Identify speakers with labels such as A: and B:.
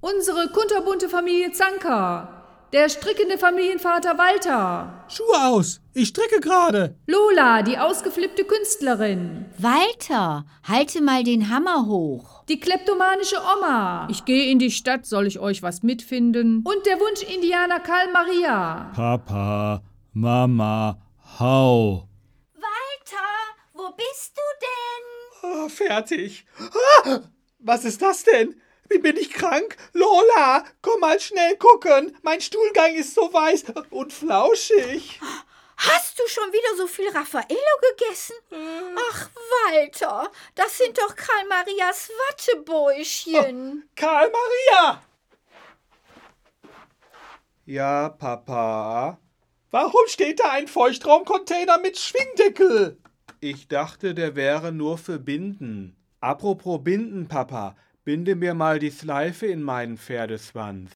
A: Unsere kunterbunte Familie Zanka. Der strickende Familienvater Walter.
B: Schuhe aus! Ich stricke gerade!
A: Lola, die ausgeflippte Künstlerin.
C: Walter, halte mal den Hammer hoch.
A: Die kleptomanische Oma.
D: Ich gehe in die Stadt, soll ich euch was mitfinden?
A: Und der Wunsch-Indianer Karl Maria.
E: Papa, Mama, hau!
F: Walter, wo bist du
B: denn? Oh, fertig. Ah, was ist das denn? Bin ich krank? Lola, komm mal schnell gucken. Mein Stuhlgang ist so weiß und flauschig.
F: Hast du schon wieder so viel Raffaello gegessen? Hm. Ach, Walter, das sind doch Karl Marias Wattebäuschen.
B: Oh, Karl Maria! Ja, Papa. Warum steht da ein Feuchtraumcontainer mit Schwingdeckel? Ich dachte, der wäre nur für Binden. Apropos Binden, Papa. Binde mir mal die Schleife in meinen Pferdeswanz.